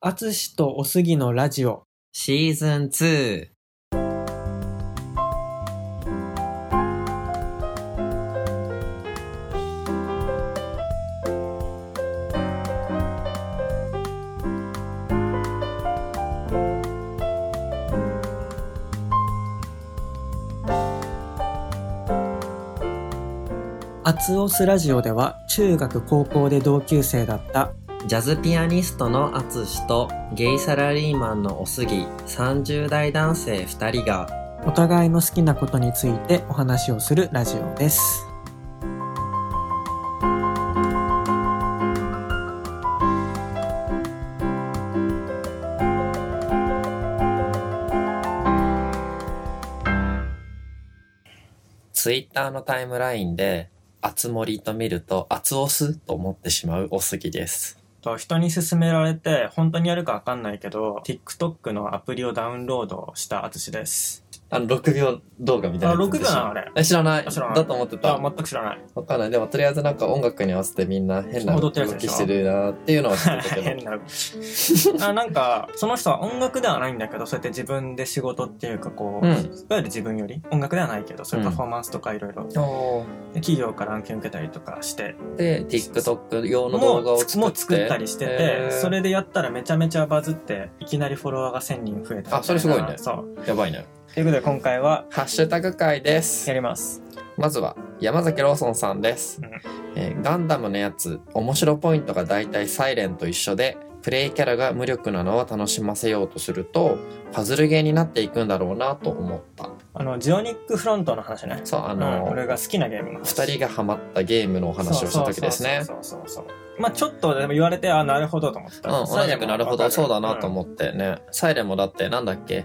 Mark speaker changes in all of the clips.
Speaker 1: あつしとおすぎのラジオ。
Speaker 2: シーズン2。
Speaker 1: あつおすラジオでは、中学高校で同級生だった、
Speaker 2: ジャズピアニストのアツシとゲイサラリーマンのおすぎ30代男性2人が
Speaker 1: お互いの好きなことについてお話をするラジオです。
Speaker 2: ツイッターのタイムラインで「あつ森」と見ると「あつおす」と思ってしまうおすぎです
Speaker 1: と人に勧められて本当にやるかわかんないけど TikTok のアプリをダウンロードしたあつしです
Speaker 2: あの6秒動画みたいなやつでし
Speaker 1: あ
Speaker 2: ょ
Speaker 1: 6秒なのあれ
Speaker 2: え知らない
Speaker 1: あ知らない
Speaker 2: だと思ってた
Speaker 1: あ全く知らない
Speaker 2: わかんないでもとりあえずなんか音楽に合わせてみんな変な
Speaker 1: 踊
Speaker 2: 動
Speaker 1: ってるやつで
Speaker 2: き
Speaker 1: しょ
Speaker 2: してるなっていうのは知ってたけ
Speaker 1: 変
Speaker 2: ど
Speaker 1: なあなんかその人は音楽ではないんだけどそうやって自分で仕事っていうかこう、
Speaker 2: う
Speaker 1: い
Speaker 2: ん
Speaker 1: わゆる自分より音楽ではないけどそういうパフォーマンスとかいろいろ
Speaker 2: おー
Speaker 1: 企業から案件受けたりとかして
Speaker 2: で TikTok 用の
Speaker 1: も
Speaker 2: 動画を
Speaker 1: う
Speaker 2: 作って
Speaker 1: もう作ったりしてて、
Speaker 2: えー
Speaker 1: それでやったらめちゃめちゃバズっていきなりフォロワーが1000人増えたみたいな
Speaker 2: あそれすごいね
Speaker 1: そう
Speaker 2: やばいね
Speaker 1: ということで今回は
Speaker 2: ハッシュタグ会です
Speaker 1: やります
Speaker 2: まずは山崎ローソンさんです、
Speaker 1: うん
Speaker 2: えーガンダムのやつ面白ポイントがだいたいサイレンと一緒でプレイキャラが無力なのを楽しませようとするとパズルゲーになっていくんだろうなと思った
Speaker 1: あのジオニックフロントの話ね
Speaker 2: そうあ
Speaker 1: うん、
Speaker 2: のー、
Speaker 1: 俺が好きなゲームの話
Speaker 2: 2人がハマったゲームのお話をした時ですね
Speaker 1: そうそうそうそうそうそうまあちょっとでも言われてあなるほどと思った、
Speaker 2: うん、同じくなるほどそうだなと思ってね、サイレンもだってなんだっけ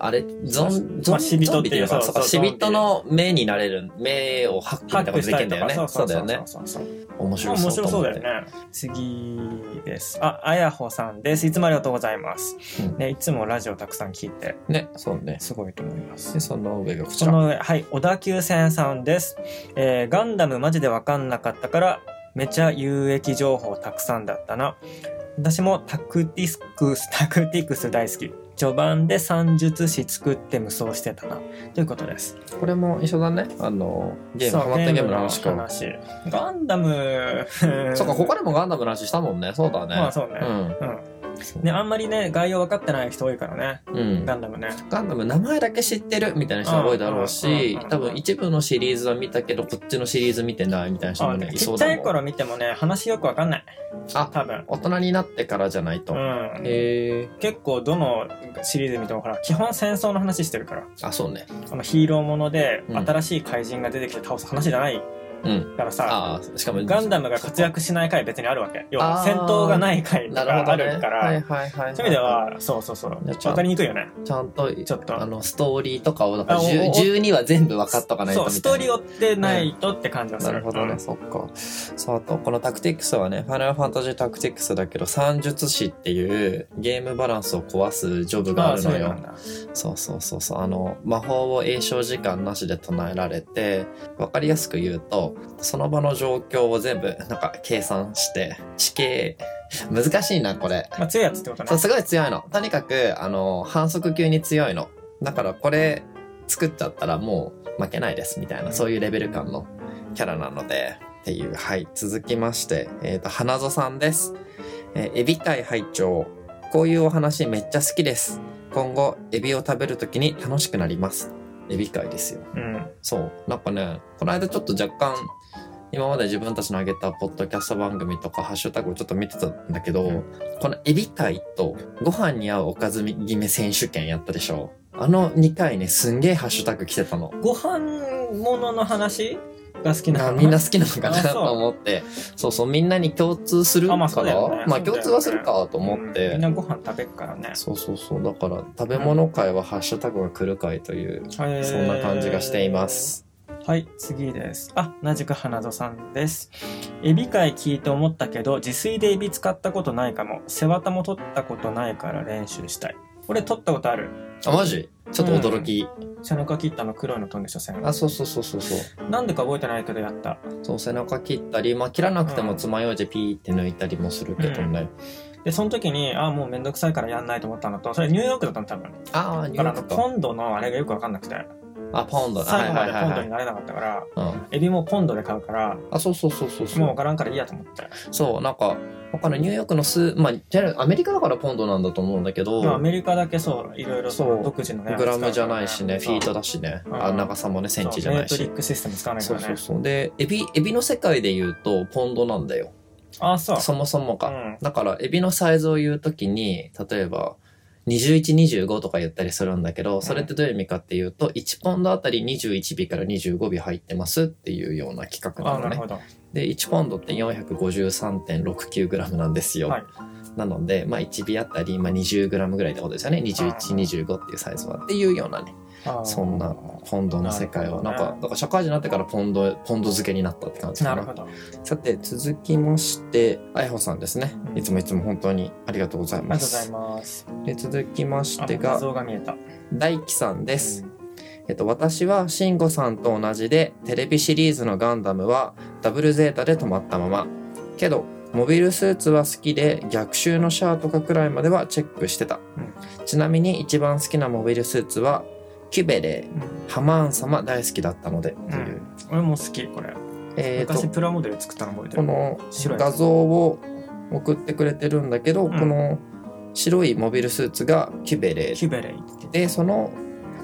Speaker 2: あれゾンゾ
Speaker 1: まあ
Speaker 2: ン
Speaker 1: シビト
Speaker 2: ゾ
Speaker 1: っ
Speaker 2: ンビ
Speaker 1: て
Speaker 2: っ
Speaker 1: い
Speaker 2: てい
Speaker 1: う
Speaker 2: うか
Speaker 1: そ
Speaker 2: そうう
Speaker 1: そう
Speaker 2: かシビ
Speaker 1: ゾンビ
Speaker 2: トの目になれる目をハッ
Speaker 1: うん
Speaker 2: キ
Speaker 1: ハ
Speaker 2: ーと
Speaker 1: ック
Speaker 2: かで
Speaker 1: し
Speaker 2: き
Speaker 1: た
Speaker 2: る
Speaker 1: り
Speaker 2: ん
Speaker 1: と
Speaker 2: だよ
Speaker 1: か
Speaker 2: ね
Speaker 1: そう
Speaker 2: そ
Speaker 1: そうう
Speaker 2: だ
Speaker 1: そ
Speaker 2: よ
Speaker 1: うそ
Speaker 2: ね
Speaker 1: うそうそう
Speaker 2: 面
Speaker 1: まあ
Speaker 2: 白
Speaker 1: 面
Speaker 2: そう
Speaker 1: 白
Speaker 2: と
Speaker 1: そう
Speaker 2: 思っ
Speaker 1: だ
Speaker 2: て
Speaker 1: よね次ですああやほさんですいつもありがとうございます、
Speaker 2: うん
Speaker 1: ねいつもラジオたくさん聞いて
Speaker 2: ねそうね
Speaker 1: すごいと思います
Speaker 2: でその上がこち
Speaker 1: そ
Speaker 2: ら
Speaker 1: の上、はい、小田急線さんです。えーガンダムマジでわかんなかったから、めちゃ有益情報たくさんだったな。私もタクティスクス、タクティクス大好き。序盤で算術師作って無双してたな。ということです。
Speaker 2: これも一緒だねあのゲーム
Speaker 1: そう
Speaker 2: ハマったゲームの話
Speaker 1: ゲームの
Speaker 2: か
Speaker 1: 話ガンダム、
Speaker 2: そうかここでもガンダムの話したもんねそうだね、
Speaker 1: まあそうね。
Speaker 2: うん
Speaker 1: うん。ね、あんまりね、概要分かってない人多いからね。
Speaker 2: うん
Speaker 1: ガンダムね。
Speaker 2: ガンダム名前だけ知ってるみたいな人が多いだろ
Speaker 1: う
Speaker 2: う
Speaker 1: んうんうん
Speaker 2: し
Speaker 1: うんうん
Speaker 2: 多分一部のシリーズは見たけどこっちのシリーズ見てないみたいな人
Speaker 1: あ
Speaker 2: も
Speaker 1: ね
Speaker 2: ねい
Speaker 1: ち
Speaker 2: そ
Speaker 1: っ
Speaker 2: う
Speaker 1: ち
Speaker 2: だ
Speaker 1: ゃ
Speaker 2: も
Speaker 1: い
Speaker 2: ん
Speaker 1: 頃見てもね、話よく分かんない。
Speaker 2: あ
Speaker 1: 多分。
Speaker 2: 大人になってからじゃないと、
Speaker 1: うん。
Speaker 2: へえ
Speaker 1: 結構どのシリーズ見てもほら基本戦争の話してるから
Speaker 2: あそうね
Speaker 1: あのヒーローもので
Speaker 2: うん
Speaker 1: 新しい怪人が出てきて倒す話じゃない
Speaker 2: うん
Speaker 1: からさ、
Speaker 2: ああしかも
Speaker 1: ガンダムが活躍しない回別にあるわけ要は
Speaker 2: あー
Speaker 1: 戦闘がない回
Speaker 2: なるほ
Speaker 1: が
Speaker 2: ど、
Speaker 1: あ
Speaker 2: ね、
Speaker 1: るから
Speaker 2: はいはいはい、はい、
Speaker 1: そういう意味ではそうそうそう
Speaker 2: じゃあちゃん
Speaker 1: 分かりにくいよね
Speaker 2: ちゃんと
Speaker 1: ちょっと
Speaker 2: あのストーリーとかをだから
Speaker 1: あおお
Speaker 2: 12は全部分かっとかない
Speaker 1: そ
Speaker 2: とみ
Speaker 1: う
Speaker 2: た
Speaker 1: スト
Speaker 2: いな
Speaker 1: ーリーを追ってないとって感じはす
Speaker 2: な
Speaker 1: る、
Speaker 2: るほどね、
Speaker 1: うん
Speaker 2: そっかそうあとこのタクティクスはねファイナルファンタジータクティクスだけど算術師っていうゲームバランスを壊すジョブが
Speaker 1: あ
Speaker 2: あ
Speaker 1: あ
Speaker 2: る
Speaker 1: そう
Speaker 2: の
Speaker 1: いうのなん
Speaker 2: よ
Speaker 1: だ
Speaker 2: そうそうそうそうあの魔法を詠唱時間なしで唱えられて分かりやすく言うとその場の状況を全部なんか計算して地形難しいなこれ
Speaker 1: まあ強いやつってことね
Speaker 2: そうすごい強いのとにかくあの反則級に強いのだからこれ作っちゃったらもう負けないですみたいなそういうレベル感のキャラなのでっていうはい続きまして、えー、と花園さんです、えーエビ界拝聴こういうお話めっちゃ好きです今後エビを食べるときに楽しくなりますエビ界ですよ
Speaker 1: うん
Speaker 2: そうなんかねこの間ちょっと若干今まで自分たちの上げたポッドキャスト番組とかハッシュタグをちょっと見てたんだけど、
Speaker 1: うん
Speaker 2: このエビ会とご飯に合うおかず決め選手権やったでしょあの2回ねすんげえハッシュタグ来て たの
Speaker 1: ご飯ものの話が好きな
Speaker 2: な
Speaker 1: の
Speaker 2: みんな好きなのか
Speaker 1: あ
Speaker 2: な
Speaker 1: そう
Speaker 2: と思ってそうそうみんなに共通する
Speaker 1: あ
Speaker 2: か
Speaker 1: ま
Speaker 2: ら
Speaker 1: あそうだよね
Speaker 2: まあ共通はするかと思っ
Speaker 1: うん
Speaker 2: て、
Speaker 1: みんなご飯食べっからね
Speaker 2: そうそうそうだから食べ物会はハッシュタグが来る会という
Speaker 1: そ
Speaker 2: そんな感じがしています、
Speaker 1: はい、次です。あ、同じく花戸さんです。エビ会聞いて思ったけど、自炊でエビ使ったことないかも。背わたも取ったことないから練習したい。俺取ったことある。
Speaker 2: あマジちょっと驚き、
Speaker 1: 背中切ったの黒いの飛んでしょ、線
Speaker 2: あそうそうそうそうそう
Speaker 1: なんでか覚えてないけどやった。
Speaker 2: そう背中切ったり、まあ、切らなくても爪楊枝ピーって抜いたりもするけどね、
Speaker 1: でで、その時に、ああ、もうめんどくさいからやんないと思ったのと、それニューヨークだったの、多分。
Speaker 2: ああ、ニュ
Speaker 1: だから、
Speaker 2: ーヨー
Speaker 1: あの
Speaker 2: クか
Speaker 1: ポンドのあれがよくわかんなくて、
Speaker 2: あ、ポンド。
Speaker 1: 最後までポンド
Speaker 2: い
Speaker 1: になれなかったから、
Speaker 2: うん。
Speaker 1: エビもポンドで買うから、
Speaker 2: あ、そうそうそうそうそう。
Speaker 1: もうわからんからいいやと思って。
Speaker 2: そう、なんか、わかんない。ニューヨークのスー、まあいわゆる、アメリカだからポンドなんだと思うんだけど、
Speaker 1: まあ、アメリカだけそう、いろいろそ
Speaker 2: そ
Speaker 1: の
Speaker 2: う
Speaker 1: 独自のね。
Speaker 2: グラムじゃないしね、フ
Speaker 1: そう
Speaker 2: ィートだしね、
Speaker 1: うん
Speaker 2: あ長さもね、センチじゃない
Speaker 1: そうメ
Speaker 2: し
Speaker 1: トリ。ックシステム使わないか
Speaker 2: そ
Speaker 1: ら
Speaker 2: う
Speaker 1: ね。
Speaker 2: そうそう。で、エビ、エビの世界で言うと、ポンドなんだよ。
Speaker 1: ああ、そう。
Speaker 2: そもそも
Speaker 1: う
Speaker 2: か。
Speaker 1: ん
Speaker 2: だから、エビのサイズを言うときに、例えば、21、25とか言ったりするんだけど、それってどういう意味かっていうと、1ポンドあたり21尾から25尾入ってますっていうような企画
Speaker 1: ああ、な
Speaker 2: なの
Speaker 1: る
Speaker 2: ね
Speaker 1: ほ。ど。
Speaker 2: で1ポンドって 453.69g なんですよ、
Speaker 1: はい
Speaker 2: なので、まあ、1尾あたり、まあ、20g ぐらいってことですよね2125っていうサイズはっていうようなね
Speaker 1: ああ
Speaker 2: そんなポンドの世界はな
Speaker 1: なんるほどね
Speaker 2: かだから社会人になってからポンドポンド漬けになったって感じ
Speaker 1: な
Speaker 2: か
Speaker 1: る
Speaker 2: な
Speaker 1: ほど。
Speaker 2: さて続きましてあやほさんですね、
Speaker 1: うん
Speaker 2: いつもいつも本当にありがとうござい
Speaker 1: ありが
Speaker 2: ま
Speaker 1: とうござい
Speaker 2: す
Speaker 1: ます。
Speaker 2: で続きまし
Speaker 1: あ
Speaker 2: て
Speaker 1: 画
Speaker 2: が
Speaker 1: 像が見えた。
Speaker 2: 大輝さんです、
Speaker 1: うん
Speaker 2: えっと、私は慎吾さんと同じでテレビシリーズのガンダムはダブルゼータで止まったままけどモビルスーツは好きで逆襲のシャアとかくらいまではチェックしてた、ちなみに一番好きなモビルスーツはキュベレ
Speaker 1: うん
Speaker 2: ーハマーン様大好きだったのでという、
Speaker 1: 俺も好き、これ。
Speaker 2: えー、
Speaker 1: 昔
Speaker 2: と
Speaker 1: プラモデル作ったの覚えて
Speaker 2: こ
Speaker 1: る。
Speaker 2: の
Speaker 1: 白いやつ
Speaker 2: 画像を送ってくれてるんだけど、
Speaker 1: ん
Speaker 2: この白いモビルスーツがキュベレ
Speaker 1: キ
Speaker 2: ー
Speaker 1: ュベレイって言って。
Speaker 2: でその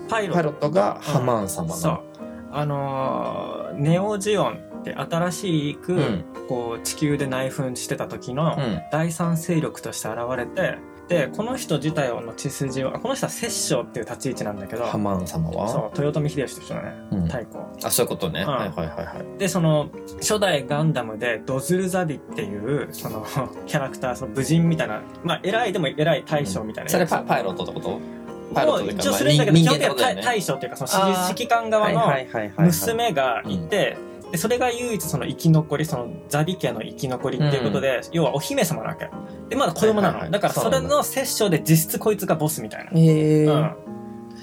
Speaker 1: パイロ
Speaker 2: パ
Speaker 1: ッ
Speaker 2: イ
Speaker 1: ト
Speaker 2: ロットがハマーン様
Speaker 1: そ
Speaker 2: なの、
Speaker 1: うあのーネオジオンって新しく、
Speaker 2: うん
Speaker 1: こう地球で内紛してた時の
Speaker 2: うん
Speaker 1: 第三勢力として現れて、でこの人自体の血筋はこの人は摂政っていう立ち位置なんだけど
Speaker 2: ハマーン様は
Speaker 1: そう豊臣秀吉と一緒だね
Speaker 2: うん
Speaker 1: 太鼓、
Speaker 2: あそういうことね、
Speaker 1: うん
Speaker 2: はいはいはいはい
Speaker 1: でその初代ガンダムでドズルザビっていうその キャラクターその武人みたいなまあ偉いでも偉い大将みたいな
Speaker 2: それ
Speaker 1: やつ、
Speaker 2: パパイロットってことパイロ
Speaker 1: も
Speaker 2: ット
Speaker 1: う
Speaker 2: というか
Speaker 1: 一応するんだけど基
Speaker 2: まあ
Speaker 1: 本
Speaker 2: 人人
Speaker 1: 的
Speaker 2: 間
Speaker 1: に
Speaker 2: ってことだ
Speaker 1: は
Speaker 2: よね
Speaker 1: 大将っていうかその
Speaker 2: あー
Speaker 1: 指指揮官側の
Speaker 2: いはい
Speaker 1: 娘がいて、でそれが唯一その生き残りそのザビ家の生き残りっていうことで、要はお姫様なわけでまだ子供なの、
Speaker 2: はいはいはい
Speaker 1: だからそれの摂政で実質こいつがボスみたいな、
Speaker 2: えー
Speaker 1: うん、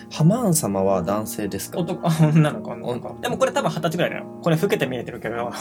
Speaker 2: ハマーン様は男性ですか
Speaker 1: 男女の子女の子でもこれ多分二十歳ぐらいだよこれ老けて見えてるけど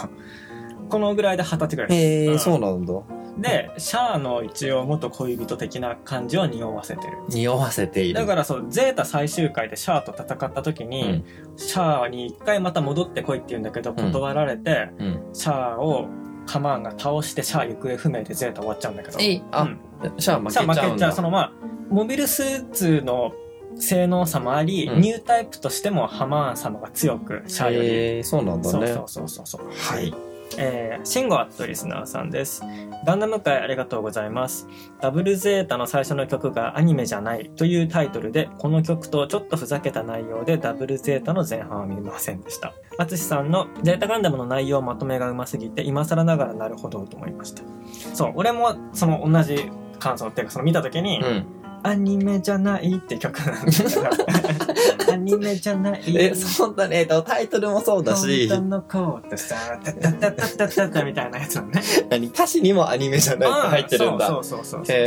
Speaker 1: このぐらいで二十歳ぐらい
Speaker 2: へえー
Speaker 1: うん
Speaker 2: そうなんだ
Speaker 1: でシャアの一応元恋人的な感じを匂わせてる
Speaker 2: 匂わせている
Speaker 1: だからそうゼータ最終回でシャアと戦った時に、シャアに一回また戻ってこいって言うんだけど断られて、
Speaker 2: うん
Speaker 1: シャアをカマーンが倒してシャア行方不明でゼータ終わっちゃうんだけど、
Speaker 2: えいあ
Speaker 1: うん
Speaker 2: シャア負け
Speaker 1: シャア
Speaker 2: ちゃ
Speaker 1: 負
Speaker 2: う
Speaker 1: け
Speaker 2: ん
Speaker 1: ちゃう
Speaker 2: だ
Speaker 1: そのまあモビルスーツの性能差もあり、
Speaker 2: うん
Speaker 1: ニュータイプとしてもハマーン様が強くシャアより、
Speaker 2: えーそうなんだ
Speaker 1: そう
Speaker 2: ね
Speaker 1: そうそうそうそう
Speaker 2: はい
Speaker 1: えー、シンゴアットリスナーさんです。ガンダム会ありがとうございます。ダブルゼータの最初の曲がアニメじゃないというタイトルで、この曲とちょっとふざけた内容でダブルゼータの前半は見ませんでした。アツシさんのゼータガンダムの内容まとめがうますぎて、今更ながらなるほどと思いました。そう、俺もその同じ感想っていうか、その見た時に、
Speaker 2: うん
Speaker 1: アニメじゃないって曲なんだけどアニメじゃない。
Speaker 2: えそうだねえっとタイトルもそうだし
Speaker 1: 本当のこうってさ、タタタタタタタみたいなやつなのね。
Speaker 2: 何歌詞にもアニメじゃないって入ってるん
Speaker 1: そ
Speaker 2: だ
Speaker 1: うそうそうそうそうそう。
Speaker 2: へ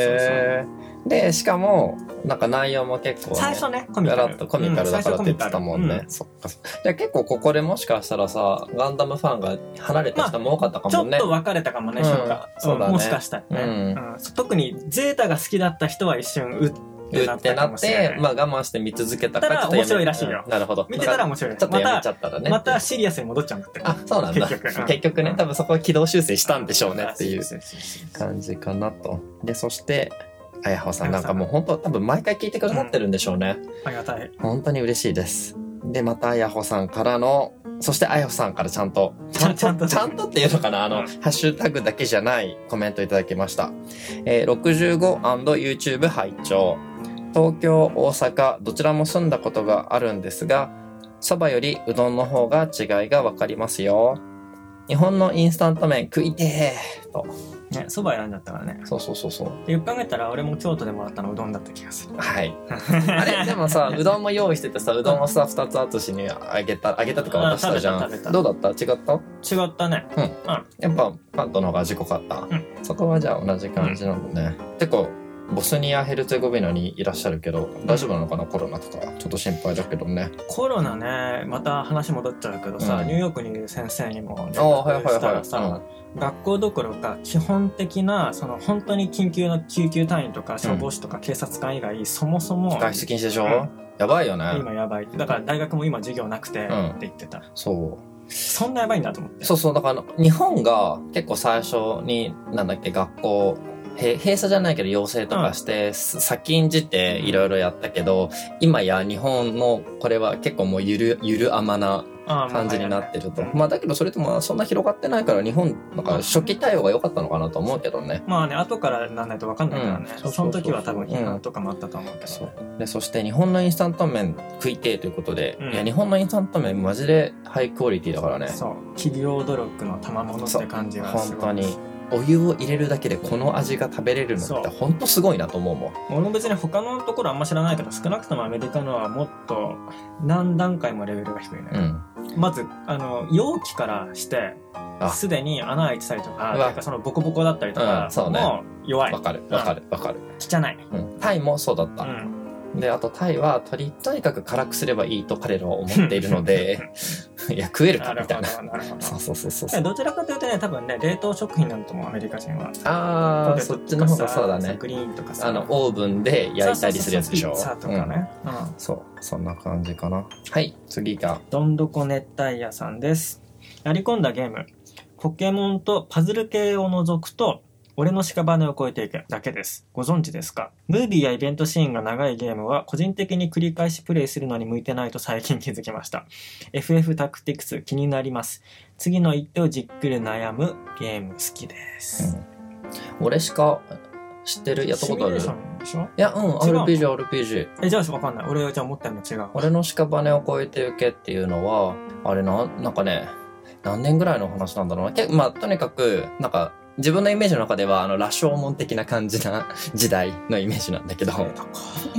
Speaker 2: えでしかもなんか内容も結構ね
Speaker 1: 最初ね、コミ
Speaker 2: ガ
Speaker 1: カ
Speaker 2: ラ
Speaker 1: ル。
Speaker 2: ッとコミカルだからって言ってたもんね、
Speaker 1: うん
Speaker 2: そっかじゃあ結構ここでもしかしたらさガンダムファンが離れた人も多かったか
Speaker 1: ちょ
Speaker 2: も
Speaker 1: っ
Speaker 2: ね、
Speaker 1: と別れたかもね、
Speaker 2: うん
Speaker 1: 評価。
Speaker 2: そうだね
Speaker 1: もしかしたらね。うん特にゼータが好きだった人は一瞬、うって
Speaker 2: う
Speaker 1: な
Speaker 2: っ
Speaker 1: ってた
Speaker 2: な
Speaker 1: か
Speaker 2: っ
Speaker 1: もしれ
Speaker 2: て
Speaker 1: ない。
Speaker 2: まあ我慢して見続けたか
Speaker 1: た
Speaker 2: ら
Speaker 1: ら
Speaker 2: ちょっとやめ
Speaker 1: 面白いらしいよ
Speaker 2: うんなるほど
Speaker 1: 見てたら
Speaker 2: だか
Speaker 1: 面白い
Speaker 2: ら
Speaker 1: で
Speaker 2: ちょ
Speaker 1: す。
Speaker 2: っと
Speaker 1: ま
Speaker 2: やめちゃ
Speaker 1: た、
Speaker 2: ったらね
Speaker 1: またシリアスに戻っちゃうんだって。
Speaker 2: あそうなんだ
Speaker 1: 結局うん
Speaker 2: 結局ね多分そこは軌道修正したんでしょうねっていう
Speaker 1: そうそうそうそう
Speaker 2: 感じかなとでそしてあやほさんなんかもう本当多分毎回聞いてくださってるんでしょうね、
Speaker 1: ありがたい。
Speaker 2: 本当に嬉しいですでまたあやほさんからのそしてあやほさんからちゃんと
Speaker 1: ちゃんちゃんと
Speaker 2: ちゃんとっていうのかなあの、
Speaker 1: うん
Speaker 2: ハッシュタグだけじゃないコメントいただきました、えー、65&YouTube 拝聴東京大阪どちらも住んだことがあるんですがそばよりうどんの方が違いがわかりますよ日本のインスタント麺食いてーと
Speaker 1: ね、蕎麦選んじゃったからね。
Speaker 2: そうそうそうそう
Speaker 1: でよく考えたら、俺も京都でもらったのうどんだった気がする。
Speaker 2: はいあれでもさうどんも用意しててさうどんをさ2つ後しにあげたあげたとか渡したじゃ
Speaker 1: あ食
Speaker 2: ん
Speaker 1: べた食べた
Speaker 2: どうだった違った
Speaker 1: 違ったね。
Speaker 2: やっぱパントの方が味濃かった、
Speaker 1: ん
Speaker 2: そこはじゃあ同じ感じなのね、結構ボスニア・ヘルツェゴビナにいらっしゃるけど、大丈夫なのかな、コロナとか。ちょっと心配だけどね。
Speaker 1: コロナねまた話戻っちゃうけどさ、
Speaker 2: うん
Speaker 1: ニューヨークにいる先生にも連
Speaker 2: ああはい
Speaker 1: 絡
Speaker 2: はい
Speaker 1: した
Speaker 2: はい
Speaker 1: らさ学校どころか基本的なその本当に緊急の救急隊員とか消防士とか警察官以外、そもそも
Speaker 2: 外出禁止でしょ、
Speaker 1: うん
Speaker 2: やばいよね。
Speaker 1: 今やばいってだから大学も今授業なくてっ
Speaker 2: うん
Speaker 1: て言ってた、
Speaker 2: そう。
Speaker 1: そんなやばいんだと思って
Speaker 2: そうそう、だから日本が結構最初に、なんだっけ、学校、へ閉鎖じゃないけど要請とかして、す先んじていろいろやったけど、今や日本のこれは結構もうゆる、ゆるあまな
Speaker 1: ああまあ
Speaker 2: 感じになってると。
Speaker 1: まあ
Speaker 2: まあだけどそれともそんな広がってないから日本、なんか初期対応が良かったのかなと思うけどね。
Speaker 1: まあね後からなんないと分かんないからね、
Speaker 2: うん
Speaker 1: その時は多分批判とかもあったと思うけど、
Speaker 2: そ
Speaker 1: ね
Speaker 2: うでそして日本のインスタント麺食いてえということで、
Speaker 1: うん
Speaker 2: いや日本のインスタント麺マジでハイクオリティだからね
Speaker 1: そう企業努力の賜物って感じがす
Speaker 2: 本
Speaker 1: ごい
Speaker 2: 当にお湯を入れるだけでこの味が食べれるの
Speaker 1: そ
Speaker 2: って
Speaker 1: う
Speaker 2: 本当すごいなと思うもん
Speaker 1: 俺も別に他のところあんま知らないけど少なくともアメリカのはもっと何段階もレベルが低いね、
Speaker 2: うん
Speaker 1: まずあの容器からして
Speaker 2: あ
Speaker 1: すでに穴開いてたりとか
Speaker 2: うわ
Speaker 1: なんかそのボコボコだったりとか、
Speaker 2: うんそうね
Speaker 1: もう弱い
Speaker 2: わかるわかるわかる、
Speaker 1: 汚い、
Speaker 2: うんタイもそうだっ
Speaker 1: う
Speaker 2: た、
Speaker 1: ん、
Speaker 2: であとタイはとりとにかく辛くすればいいと彼らは思っているので いや食える
Speaker 1: な
Speaker 2: か
Speaker 1: る
Speaker 2: み
Speaker 1: ほ
Speaker 2: たい
Speaker 1: ど
Speaker 2: な
Speaker 1: なるほ
Speaker 2: そ
Speaker 1: ど
Speaker 2: うそうそうそう
Speaker 1: どちらかというとね多分ね冷凍食品なんともアメリカ人は
Speaker 2: ああそっちの方がそうだね
Speaker 1: グリーンとかさ
Speaker 2: あのオーブンで焼いたりするやつでし
Speaker 1: そ
Speaker 2: ょ
Speaker 1: うそうそうピッツァとかね、うん
Speaker 2: うんそうそんな感じかなはい次が
Speaker 1: どんどこ熱帯夜さんです。やり込んだゲーム。ポケモンとパズル系を除くと、俺の屍を越えていくだけです。ご存知ですかムービーやイベントシーンが長いゲームは個人的に繰り返しプレイするのに向いてないと最近 気づきました。FF タクティクス気になります。次の一手をじっくり悩むゲーム好きです。
Speaker 2: うん、俺しか知ってるやったことあるい
Speaker 1: シミュレーションでしょ
Speaker 2: やうん
Speaker 1: 違うの
Speaker 2: RPGRPG RPG
Speaker 1: え、じゃあわかんない。俺じゃあ思ったの違う。
Speaker 2: 俺の屍を越えて受けっていうのはあれななんかね何年ぐらいの話なんだろうなけまあとにかくなんか自分のイメージの中ではあの羅生門的な感じな 時代のイメージなんだけど
Speaker 1: えっと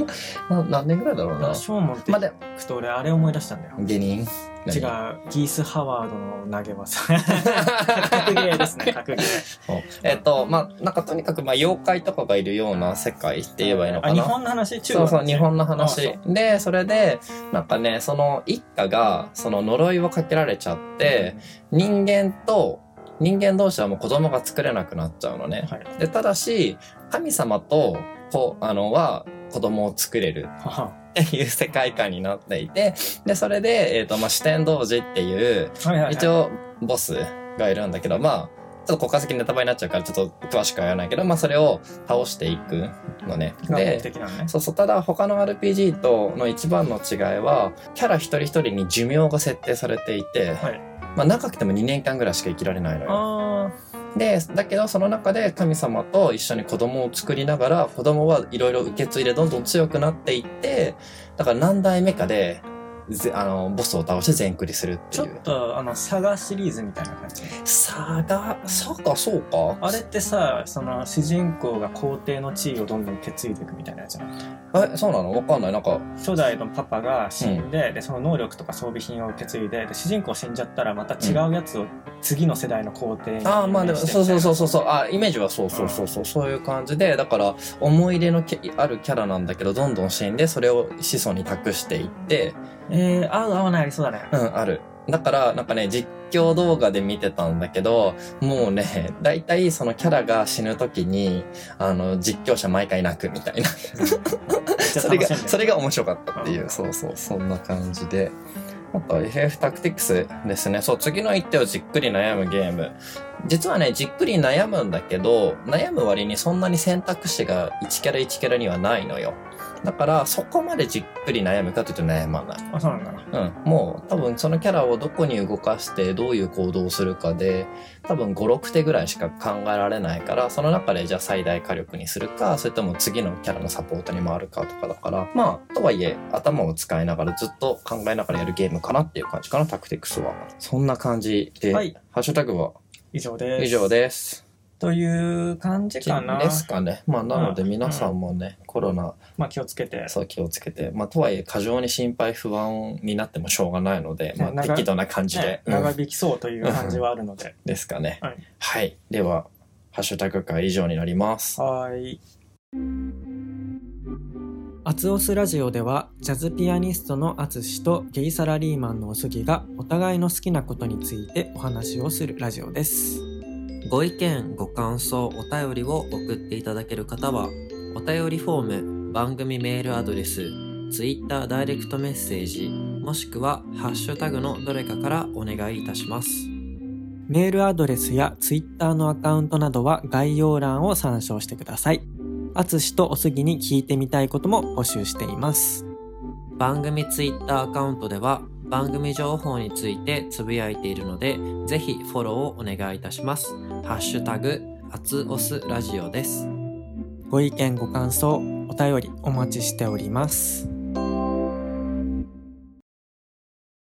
Speaker 2: な何年ぐらいだろうな
Speaker 1: ショーモンって
Speaker 2: まあでも
Speaker 1: 聞くと俺あれ思い出したんだよ。
Speaker 2: 芸人
Speaker 1: 違う
Speaker 2: 何、
Speaker 1: ギース・ハワードの投げ 技。格ゲーですね、格ゲー。
Speaker 2: そうえっ、とまあなんかとにかくまあ妖怪とかがいるような世界って言えばいいのか
Speaker 1: あ、
Speaker 2: な
Speaker 1: 日本の話中
Speaker 2: そう
Speaker 1: 国
Speaker 2: そう日本の
Speaker 1: あ
Speaker 2: 話でそれでなんかねその一家がその呪いをかけられちゃって人間と人間同士はもう子供が作れなくなっちゃうのね
Speaker 1: そうはい
Speaker 2: でただし神様とこあのは子供を作れる
Speaker 1: は
Speaker 2: っていう世界観になっていてでそれで、えーとまあ、四天童子っていう
Speaker 1: いはいはい
Speaker 2: 一応ボスがいるんだけどまあちょっと国家的ネタバレになっちゃうからちょっと詳しくは言わないけど、まあ、それを倒していくのね。
Speaker 1: が
Speaker 2: で
Speaker 1: 目的なのね。
Speaker 2: そうそうただ他の RPG との一番の違いはキャラ一人一人に寿命が設定されていて、
Speaker 1: はい
Speaker 2: まあ、長くても2年間ぐらいしか生きられないのよ
Speaker 1: あ
Speaker 2: でだけどその中で神様と一緒に子供を作りながら子供はいろいろ受け継いでどんどん強くなっていってだから何代目かでぜあのボスを倒して全クリするっ
Speaker 1: ー
Speaker 2: て
Speaker 1: ちょ
Speaker 2: い
Speaker 1: っ
Speaker 2: う
Speaker 1: と、あの、サガシリーズみたいな感じ。
Speaker 2: さがそうかそうか
Speaker 1: あれってさ、その、主人公が皇帝の地位をどんどん受け継いでいくみたいなやつじゃない
Speaker 2: えそうなのわかんないなんか
Speaker 1: 初代のパパが死んで、で、その能力とか装備品を受け継いで、で主人公死んじゃったらまた違うやつを次の世代の皇帝に。。
Speaker 2: ああまあでもそうそうそううそうそうあイメージはそうそうそうそうそういう感じでだから思い入れのきあるキャラなんだけどどんどん死んでそれを子孫に託していって
Speaker 1: えー、合う合わないありそうだね。
Speaker 2: うんあるだからなんかね実況動画で見てたんだけどもうね 大体そのキャラが死ぬ時にあの実況者毎回泣くみたいな
Speaker 1: じゃあ楽し
Speaker 2: それが
Speaker 1: んで。
Speaker 2: それが面白かったっていううんそうそうそんな感じであと FF タクティクスですねそう次の一手をじっくり悩むゲーム実はねじっくり悩むんだけど悩む割にそんなに選択肢が1キャラ1キャラにはないのよだからそこまでじっくり悩むかというと悩まない
Speaker 1: あ、そうなんだな。
Speaker 2: うん、もう多分そのキャラをどこに動かしてどういう行動をするかで多分56手ぐらいしか考えられないからその中でじゃあ最大火力にするかそれとも次のキャラのサポートに回るかとかだからまあとはいえ頭を使いながらずっと考えながらやるゲームかなっていう感じかなタクティクスはそんな感じで、
Speaker 1: はい
Speaker 2: ハッシュタグは
Speaker 1: 以上です。
Speaker 2: 以上です
Speaker 1: という感じかな。
Speaker 2: ですかねまあなので皆さんもね、コロナ
Speaker 1: まあ気をつけて。
Speaker 2: そう気をつけて、まあ、とはいえ過剰に心配不安になってもしょうがないので、まあ、
Speaker 1: 長い
Speaker 2: 適度な感じで、
Speaker 1: ね、
Speaker 2: うん
Speaker 1: 長引きそうという感じはあるので。
Speaker 2: ですかね
Speaker 1: はい
Speaker 2: はい、では「ハッシュタグ会」以上になります
Speaker 1: はーい。アツオスラジオではジャズピアニストのアツシとゲイサラリーマンのおすぎがお互いの好きなことについてお話をするラジオです
Speaker 3: ご意見、ご感想、お便りを送っていただける方は、お便りフォーム、番組メールアドレス、Twitter ダイレクトメッセージ、もしくは、ハッシュタグのどれかからお願いいたします。
Speaker 1: メールアドレスやツイッターのアカウントなどは概要欄を参照してくださいアツシとおすぎに聞いてみたいことも募集しています
Speaker 3: 番組 Twitter アカウントでは、番組情報についてつぶやいているので、ぜひフォローをお願いいたします。ハッシュタグ、アツオスラジオです。
Speaker 1: ご意見ご感想お便りお待ちしております